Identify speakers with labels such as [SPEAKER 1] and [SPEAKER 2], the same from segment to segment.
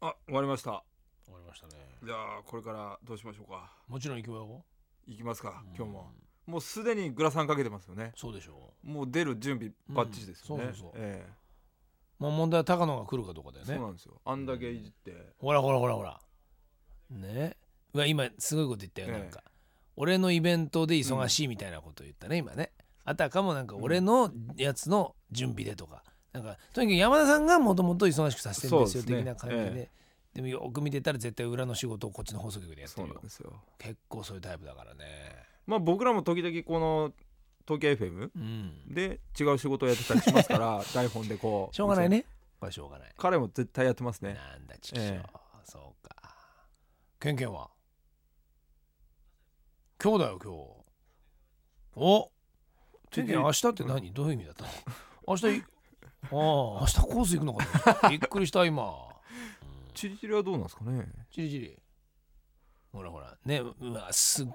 [SPEAKER 1] あ終わりました
[SPEAKER 2] 終わりましたね
[SPEAKER 1] じゃあこれからどうしましょうか
[SPEAKER 2] もちろん行くよ
[SPEAKER 1] いきますか今日も
[SPEAKER 2] うん
[SPEAKER 1] もうすでにグラサンかけてますよね
[SPEAKER 2] そうでしょ
[SPEAKER 1] もう出る準備バッチリですよね、
[SPEAKER 2] うんそうそうそう
[SPEAKER 1] ええ
[SPEAKER 2] うもう問題は高野が来るかどうかだよ
[SPEAKER 1] そう
[SPEAKER 2] ね
[SPEAKER 1] なんですよあんだけいじって、
[SPEAKER 2] ほらほらほらほらねうわ今すごいこと言ったよ
[SPEAKER 1] ええ
[SPEAKER 2] なんか、俺のイベントで忙しいみたいなこと言ったね、今ねあたかもなんか俺のやつの準備でとか、なんかとにかく山田さんがもともと忙しくさせてるんですよ
[SPEAKER 1] そうですね
[SPEAKER 2] 的な感じで、
[SPEAKER 1] え
[SPEAKER 2] でもよく見てたら絶対裏の仕事をこっちの放送局でやって
[SPEAKER 1] そうなん
[SPEAKER 2] るよ
[SPEAKER 1] ですよ
[SPEAKER 2] 結構そういうタイプだからね
[SPEAKER 1] まあ僕らも時々この東京 FM
[SPEAKER 2] うん
[SPEAKER 1] で違う仕事をやってたりしますから 台本でこう
[SPEAKER 2] しょうがないねこれはしょうがない
[SPEAKER 1] 彼も絶対やってますね
[SPEAKER 2] なんだちきしょう、
[SPEAKER 1] ええ
[SPEAKER 2] そうかケンケンは今日だよ今日おケンケン明日って何、どういう意味 だったの明日い ああ明日コース行くのかなびっくりした今、うん
[SPEAKER 1] チリチリはどうなんですかね
[SPEAKER 2] チリチリほらほらねううわす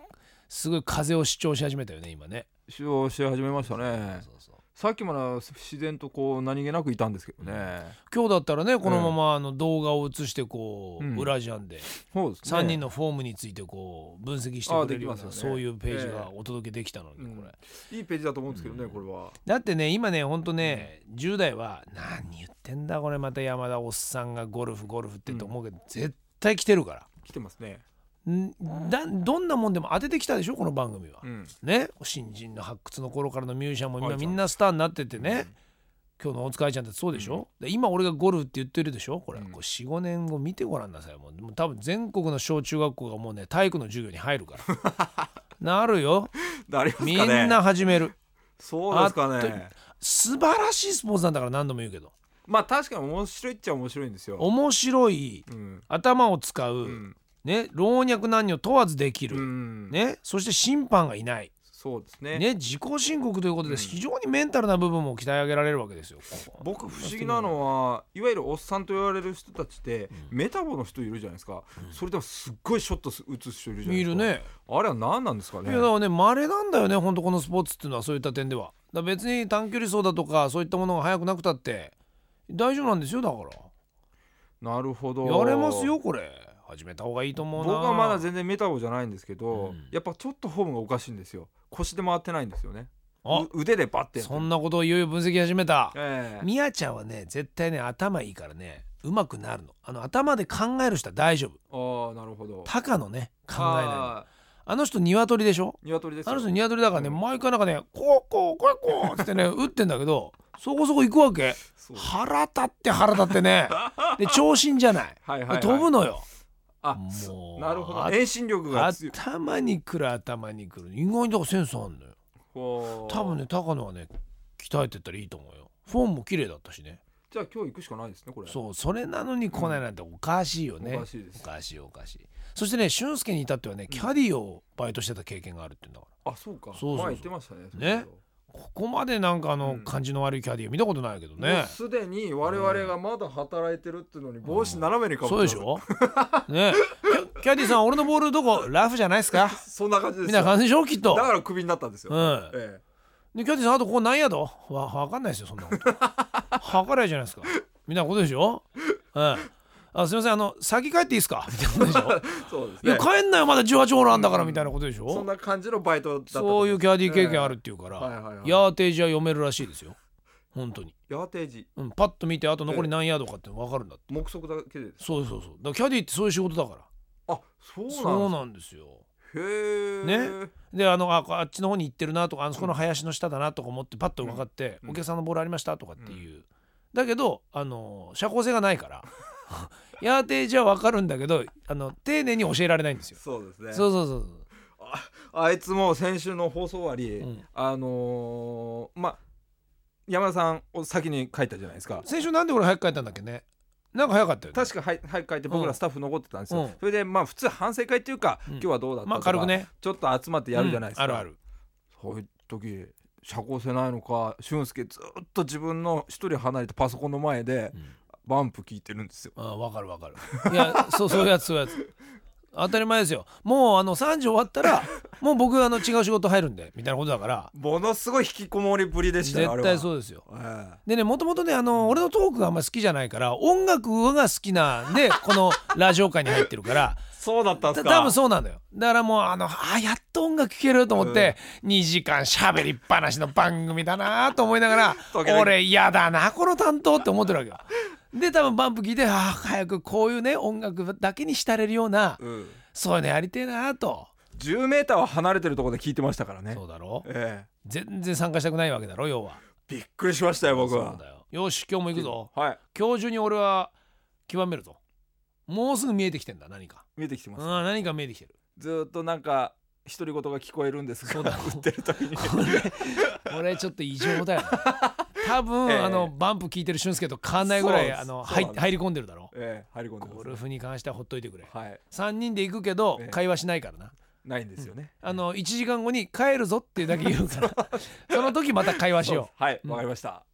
[SPEAKER 2] すごい風を主張し始めたよね今ね
[SPEAKER 1] 使用し始めましたね
[SPEAKER 2] そうそう
[SPEAKER 1] さっきまで自然とこう何気なくいたんですけどね
[SPEAKER 2] 今日だったらねこのままあの動画を映してこう、
[SPEAKER 1] うん
[SPEAKER 2] ウラジャンで
[SPEAKER 1] そうですね
[SPEAKER 2] 3人のフォームについてこう分析してくれるよう
[SPEAKER 1] あできます
[SPEAKER 2] な、
[SPEAKER 1] よね
[SPEAKER 2] そういうページがお届けできたのに、
[SPEAKER 1] ええ
[SPEAKER 2] これ
[SPEAKER 1] いいページだと思うんですけどね、
[SPEAKER 2] うん
[SPEAKER 1] これは
[SPEAKER 2] だってね今ねほんとね、10代は何言ってんだこれまた山田おっさんがゴルフゴルフってと思うけど、絶対来てるか
[SPEAKER 1] 来てますね
[SPEAKER 2] らんだどんなもんでも当ててきたでしょこの番組は、
[SPEAKER 1] うん
[SPEAKER 2] ね新人の発掘の頃からのミュージシャンも
[SPEAKER 1] は
[SPEAKER 2] 今
[SPEAKER 1] い
[SPEAKER 2] みんなスターになっててね、今日の大塚愛ちゃんだってそうでしょ、で今俺がゴルフって言ってるでしょこれ、
[SPEAKER 1] うん
[SPEAKER 2] こう45年後見てごらんなさいもうもう多分全国の小中学校がもうね体育の授業に入るから なるよ
[SPEAKER 1] ありますか
[SPEAKER 2] み
[SPEAKER 1] ね
[SPEAKER 2] んな始める
[SPEAKER 1] そうですか
[SPEAKER 2] あっと
[SPEAKER 1] ね
[SPEAKER 2] 素晴らしいスポーツなんだから何度も言うけど
[SPEAKER 1] まあ確かに面白いっちゃ面白いんですよ
[SPEAKER 2] 面白い
[SPEAKER 1] うん
[SPEAKER 2] 頭を使う、
[SPEAKER 1] うん、
[SPEAKER 2] ね、老若男女問わずできる、
[SPEAKER 1] うん、
[SPEAKER 2] ね、そして審判がいない、
[SPEAKER 1] そうですね
[SPEAKER 2] ね、自己申告ということ
[SPEAKER 1] うん
[SPEAKER 2] で非常にメンタルな部分も鍛え上げられるわけですよ。ここ
[SPEAKER 1] 僕不思議なのはいわゆるおっさんと言われる人たちって、メタボの人いるじゃないですか、それでもすっごいショットす打つ人いるじゃない
[SPEAKER 2] 見
[SPEAKER 1] ですか
[SPEAKER 2] るね。
[SPEAKER 1] あれは何なんですか
[SPEAKER 2] い
[SPEAKER 1] ね
[SPEAKER 2] やだからね稀なんだよね本当このスポーツっていうのはそういった点では。だから別に短距離走だとかそういったものが速くなくたって大丈夫なんですよだから。
[SPEAKER 1] なるほど
[SPEAKER 2] やれますよこれ。始めた方がいいと思う
[SPEAKER 1] 僕
[SPEAKER 2] な。
[SPEAKER 1] はまだ全然メタボじゃないんですけど、
[SPEAKER 2] うん
[SPEAKER 1] やっぱちょっとフォームがおかしいんですよ腰で回ってないんですよね
[SPEAKER 2] あ
[SPEAKER 1] う腕でバッてやって
[SPEAKER 2] そんなことをいよいよ分析始めた。
[SPEAKER 1] ええ
[SPEAKER 2] みやちゃんはね絶対ね頭いいからねうまくなるのあの頭で考える人は大丈夫
[SPEAKER 1] ああなるほど
[SPEAKER 2] 高のね考えない
[SPEAKER 1] あ
[SPEAKER 2] あの人鶏でしょ
[SPEAKER 1] ー鶏ですよ
[SPEAKER 2] あの人鶏だからね毎回なんかねこうこうこうこうっつってね打ってんだけどそこそこ行くわけ
[SPEAKER 1] そう
[SPEAKER 2] 腹立って腹立って ねで長身じゃない
[SPEAKER 1] はいはいはい
[SPEAKER 2] 飛ぶのよ
[SPEAKER 1] あ
[SPEAKER 2] もう
[SPEAKER 1] そうなるほど
[SPEAKER 2] あ
[SPEAKER 1] 遠心力が強い
[SPEAKER 2] 頭にくる頭にくる意外にだからセンスあんのよ
[SPEAKER 1] 多
[SPEAKER 2] 多分ね高野はね鍛えてったらいいと思うよフォームも綺麗だったしね
[SPEAKER 1] じゃあ今日行くしかないですねこれ
[SPEAKER 2] そうそれなのに来ないなんておかしいよね、
[SPEAKER 1] おかしいです
[SPEAKER 2] おかしいおかしいそしてね俊介に至ってはねキャディをバイトしてた経験があるって言うんだか
[SPEAKER 1] あそうか
[SPEAKER 2] そうそうそう
[SPEAKER 1] 前言ってましたね
[SPEAKER 2] ねらここまでなんかあ
[SPEAKER 1] う
[SPEAKER 2] の
[SPEAKER 1] ん
[SPEAKER 2] 感じの悪いキャディ見たことないけど
[SPEAKER 1] も
[SPEAKER 2] ね
[SPEAKER 1] う、すでに我々がまだ働いてるっていうのに帽子斜めにかぶ
[SPEAKER 2] そう
[SPEAKER 1] って
[SPEAKER 2] で
[SPEAKER 1] ます
[SPEAKER 2] しょねキャキャディさん俺のボールどこラフじゃないですか
[SPEAKER 1] そんな感じです
[SPEAKER 2] みん
[SPEAKER 1] よ
[SPEAKER 2] な感じでしょきっと
[SPEAKER 1] だからクビになったんですよ、
[SPEAKER 2] うん
[SPEAKER 1] え
[SPEAKER 2] でキャディさんあとここ何やとわわかんないですよそんな こと測りゃいいじゃないですかみたいなことでしょうんあすいませんあの先帰っていいですかみたいなことでしょ、
[SPEAKER 1] え そうです
[SPEAKER 2] いや
[SPEAKER 1] ね
[SPEAKER 2] 帰んなよまだ18ホールあんだからみたいなことでしょ、
[SPEAKER 1] そんな感じのバイトだったと思
[SPEAKER 2] そういうキャディ経験あるっていうから、
[SPEAKER 1] はいはいはい
[SPEAKER 2] ヤーテージは読めるらしいですよ本当に、
[SPEAKER 1] ヤーテージ
[SPEAKER 2] うん、パッと見てあと残り何ヤードかって分かるんだって
[SPEAKER 1] 目測だけでです
[SPEAKER 2] そうそうそうだからキャディってそういう仕事だから
[SPEAKER 1] あそうなんです
[SPEAKER 2] そうなんですよ
[SPEAKER 1] へえね
[SPEAKER 2] であのああっちの方に行ってるなとかあそこの林の下だなとか思ってパッと分かって、
[SPEAKER 1] うん
[SPEAKER 2] お客さんのボールありましたとかっていう、だけどあの社交性がないから ヤーテージは分かるんだけどあの丁寧に教えられないんですよ、
[SPEAKER 1] そうですね
[SPEAKER 2] そうそうそうそう
[SPEAKER 1] あいつも先週の放送終わり、
[SPEAKER 2] うん
[SPEAKER 1] あのー、まあ山田さんを先に書いたじゃないですか
[SPEAKER 2] 先週なんで俺早く帰ったんだっけねなんか早かったよね
[SPEAKER 1] 確かはい早く書いて僕
[SPEAKER 2] う
[SPEAKER 1] ら
[SPEAKER 2] ん
[SPEAKER 1] スタッフ残ってたんですよ、
[SPEAKER 2] うん
[SPEAKER 1] それでまあ普通反省会っていうか、
[SPEAKER 2] うん
[SPEAKER 1] 今日はどうだったとか、
[SPEAKER 2] まあ軽くね
[SPEAKER 1] ちょっと集まってやるじゃないですか、
[SPEAKER 2] うんあるある
[SPEAKER 1] そういう時社交性ないのか俊介ずっと自分の一人離れてパソコンの前でバンプ聞いてるんですよ
[SPEAKER 2] あ分かる分かるいやそうそういうやつそういうやつ当たり前ですよもうあの3時終わったらもう僕あの違う仕事入るんでみたいなことだから
[SPEAKER 1] ものすごい引きこもりぶりでしたよ
[SPEAKER 2] 絶対そううですよ
[SPEAKER 1] あれは
[SPEAKER 2] でねもともとねあの俺のトークがあんまり好きじゃないから音楽が好きなん でこのラジオ界に入ってるから
[SPEAKER 1] ええそうだったんです
[SPEAKER 2] た
[SPEAKER 1] か
[SPEAKER 2] 多分そうなんだよだからもうあのあやっと音楽聴けると思って、2時間しゃべりっぱなしの番組だなと思いながら
[SPEAKER 1] 時々
[SPEAKER 2] 俺嫌だなこの担当って思ってるわけよ。で多分バンプ聞いてあー早くこういうね音楽だけに浸れるような
[SPEAKER 1] うん、
[SPEAKER 2] そういうのやりてえなと。
[SPEAKER 1] 10メーターは離れてるところで聞いてましたからね
[SPEAKER 2] そうだろ
[SPEAKER 1] ええ
[SPEAKER 2] 全然参加したくないわけだろ要は。
[SPEAKER 1] びっくりしましたよ僕は
[SPEAKER 2] そうだよよし今日も行くぞ。
[SPEAKER 1] はい
[SPEAKER 2] 今日中に俺は極めるぞもうすぐ見えてきてんだ何か
[SPEAKER 1] 見えてきてます
[SPEAKER 2] うん何か見えてきてる
[SPEAKER 1] ずーっとなんか独り言が聞こえるんですが
[SPEAKER 2] そ うだ
[SPEAKER 1] 打ってる時に
[SPEAKER 2] これこれちょっと異常だよな 多分、
[SPEAKER 1] ええ
[SPEAKER 2] あのバンプ聞いてる俊介と変わんないぐら
[SPEAKER 1] そう
[SPEAKER 2] い
[SPEAKER 1] です
[SPEAKER 2] あの
[SPEAKER 1] そう
[SPEAKER 2] 入
[SPEAKER 1] なんです
[SPEAKER 2] 入り込んでるだろ
[SPEAKER 1] ええ入り込んでます
[SPEAKER 2] ゴルフに関してはほっといてくれ
[SPEAKER 1] はい
[SPEAKER 2] 3人で行くけど、
[SPEAKER 1] ええ
[SPEAKER 2] 会話しないからな
[SPEAKER 1] ないんですよね、
[SPEAKER 2] あの1時間後に帰るぞっていうだけ言うからその時また会話し
[SPEAKER 1] そう
[SPEAKER 2] よ
[SPEAKER 1] はい
[SPEAKER 2] うん
[SPEAKER 1] わ、かりました